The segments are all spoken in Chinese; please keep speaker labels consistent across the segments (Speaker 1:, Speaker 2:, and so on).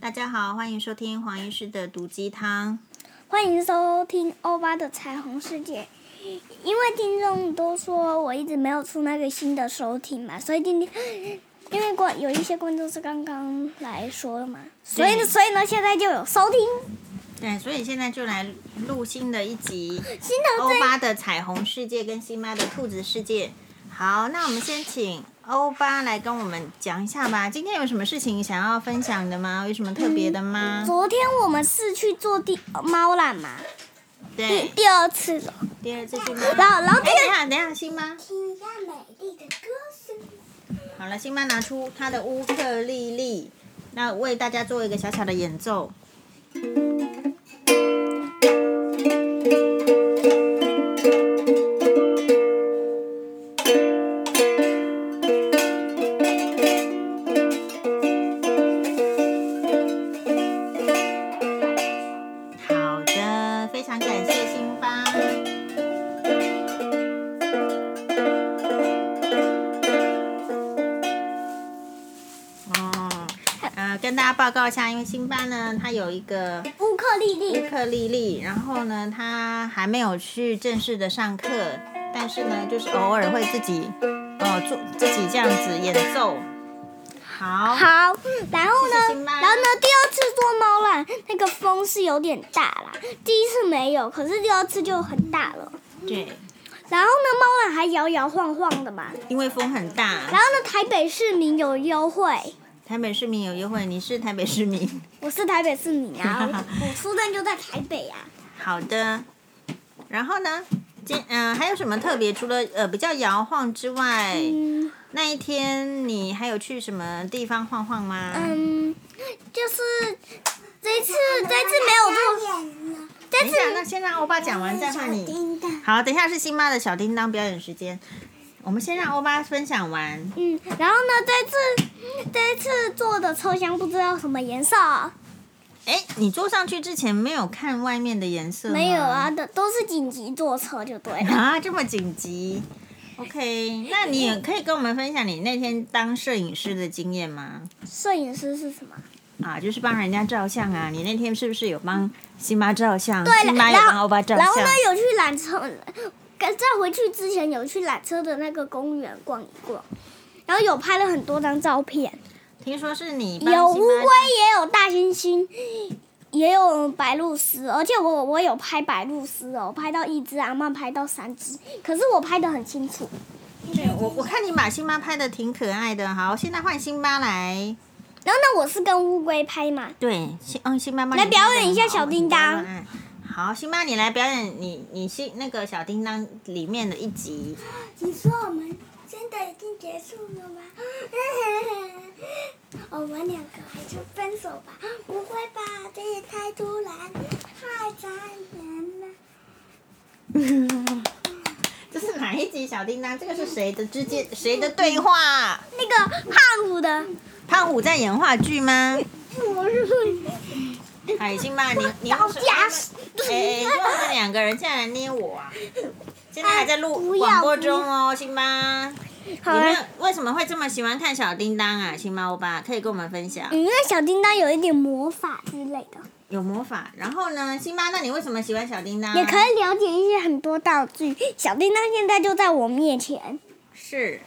Speaker 1: 大家好，欢迎收听黄医师的毒鸡汤。
Speaker 2: 欢迎收听欧巴的彩虹世界。因为听众都说我一直没有出那个新的收听嘛，所以今天因为观有一些观众是刚刚来说的嘛，所以呢，所以呢，现在就有收听
Speaker 1: 对，所以现在就来录新的一集
Speaker 2: 新的
Speaker 1: 欧
Speaker 2: 这
Speaker 1: 巴的彩虹世界跟辛巴的兔子世界。好，那我们先请欧巴来跟我们讲一下吧。今天有什么事情想要分享的吗？有什么特别的吗？
Speaker 2: 嗯昨天我们是去做第呃猫缆嘛，第
Speaker 1: 对，
Speaker 2: 第二次了，
Speaker 1: 第二次去吗？
Speaker 2: 然后然后
Speaker 1: 哎，
Speaker 2: 第
Speaker 1: 等一
Speaker 2: 二
Speaker 1: 下，等一下，辛巴。
Speaker 2: 听一下美丽的歌声，
Speaker 1: 好了，辛巴拿出他的乌克丽丽，那为大家做一个小小的演奏。好的，非常感谢辛巴。哦，呃，跟大家报告一下，因为辛巴呢，他有一个
Speaker 2: 乌克丽丽
Speaker 1: 乌克丽丽，然后呢，他还没有去正式的上课，但是呢，就是偶尔会自己，呃，做自己这样子演奏。好，
Speaker 2: 好，然后
Speaker 1: 谢谢辛
Speaker 2: 呢，
Speaker 1: 巴
Speaker 2: 然后呢，第二次做猫缆，那个风是有点大啦，第一次没有，可是第二次就很大了。
Speaker 1: 对，
Speaker 2: 然后呢，猫缆还摇摇晃晃的嘛。
Speaker 1: 因为风很
Speaker 2: 然
Speaker 1: 大，
Speaker 2: 后呢，台北市民有优惠，
Speaker 1: 台北市民有优惠，你是台北市民。
Speaker 2: 我是台北市民啊，我我出生就在台北啊。
Speaker 1: 好的，然后呢，今嗯、还有什么特别？除了呃比较摇晃之外，
Speaker 2: 嗯
Speaker 1: 那一天你还有去什么地方晃晃吗？
Speaker 2: 嗯，就是这一次这一次没有做，这
Speaker 1: 等一
Speaker 2: 次
Speaker 1: 下，那先让欧巴讲完再换你。好，等一下是新妈的小叮当表演时间，我们先让欧巴分享完。
Speaker 2: 嗯，然后呢，这次这一次做的车厢不知道什么颜色，
Speaker 1: 哎，你坐上去之前没有看外面的颜色？
Speaker 2: 没有啊，。的都是紧急坐车就对了。
Speaker 1: 啊，这么紧急。OK，那 你也可以跟我们分享你那天当摄影师的经验吗？
Speaker 2: 摄影师是什么？
Speaker 1: 啊，就是帮人家照相啊。你那天是不是有帮辛巴照相？
Speaker 2: 对了，
Speaker 1: 辛巴有
Speaker 2: 然
Speaker 1: 帮
Speaker 2: 后
Speaker 1: 欧巴照
Speaker 2: 然
Speaker 1: 相
Speaker 2: 后。呢，有去缆车，跟在回去之前有去缆车的那个公园逛一逛，然后有拍了很多张照片，
Speaker 1: 听说是你帮
Speaker 2: 有乌
Speaker 1: 辛巴
Speaker 2: 龟，也有大猩猩，也有白鹭鸶，而且我我有拍白鹭鸶哦，拍到一只，阿曼拍到三只，可是我拍的很清楚。
Speaker 1: 对我我看你把辛巴拍的挺可爱的。好，现在换辛巴来。
Speaker 2: 然后呢，我是跟乌龟拍嘛，
Speaker 1: 对，辛嗯，辛巴妈
Speaker 2: 来表演一下小叮当。
Speaker 1: 好，辛巴，你来表演你你是那个小叮当里面的一 集。
Speaker 3: 你说我们真的已经结束了吗？ 我们两个还是分手吧？不会吧，这也太突然，太残忍了。
Speaker 1: 这是哪一集小叮当？这个是谁的之间谁的对话？
Speaker 2: 那个胖虎的，
Speaker 1: 胖虎在演话剧吗？
Speaker 2: 我是
Speaker 1: 哎，辛巴，你你
Speaker 2: 到家
Speaker 1: 哎哎，就他们两个人现在来捏我 啊！现在还在录
Speaker 2: 哎不要
Speaker 1: 广播中哦，辛巴。
Speaker 2: 好啊
Speaker 1: 有没有
Speaker 2: 了，
Speaker 1: 为什么会这么喜欢看小叮当啊？辛巴欧巴可以跟我们分享。
Speaker 2: 嗯，因为小叮当有一点魔法之类的。
Speaker 1: 有魔法，然后呢，辛巴，那你为什么喜欢小叮当？
Speaker 2: 也可以了解一些很多道具。小叮当现在就在我面前，
Speaker 1: 是，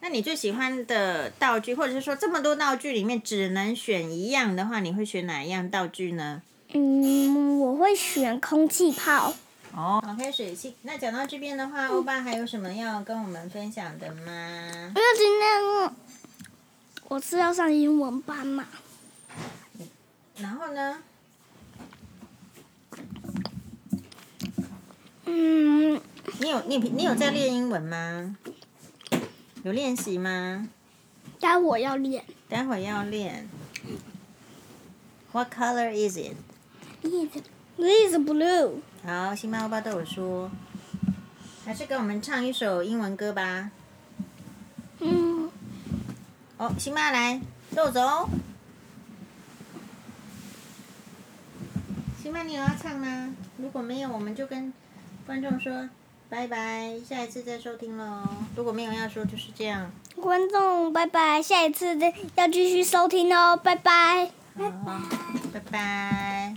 Speaker 1: 那你最喜欢的道具，或者是说这么多道具里面只能选一样的话，你会选哪一样道具呢？
Speaker 2: 嗯，我会选空气炮。
Speaker 1: 哦，OK，水性。那讲到这边的话，欧巴还有什么要跟我们分享的吗？
Speaker 2: 因为今天我是要上英文班嘛，
Speaker 1: 然后呢？
Speaker 2: 嗯，
Speaker 1: 你有你你有在练英文吗？有练习吗？
Speaker 2: 待我要练
Speaker 1: 待会要练。What color is it？
Speaker 2: ，is is blue，
Speaker 1: 好，星巴欧巴都有说，还是给我们唱一首英文歌吧。
Speaker 2: 嗯，
Speaker 1: 哦，辛巴来，哦豆走。辛巴，你有要唱吗？如果没有，我们就跟观众说拜拜，下一次再收听喽。如果没有要说，就是这样。
Speaker 2: 观众拜拜，下一次再要继续收听哦，拜拜。
Speaker 1: 好，
Speaker 3: 拜拜。
Speaker 1: 拜拜。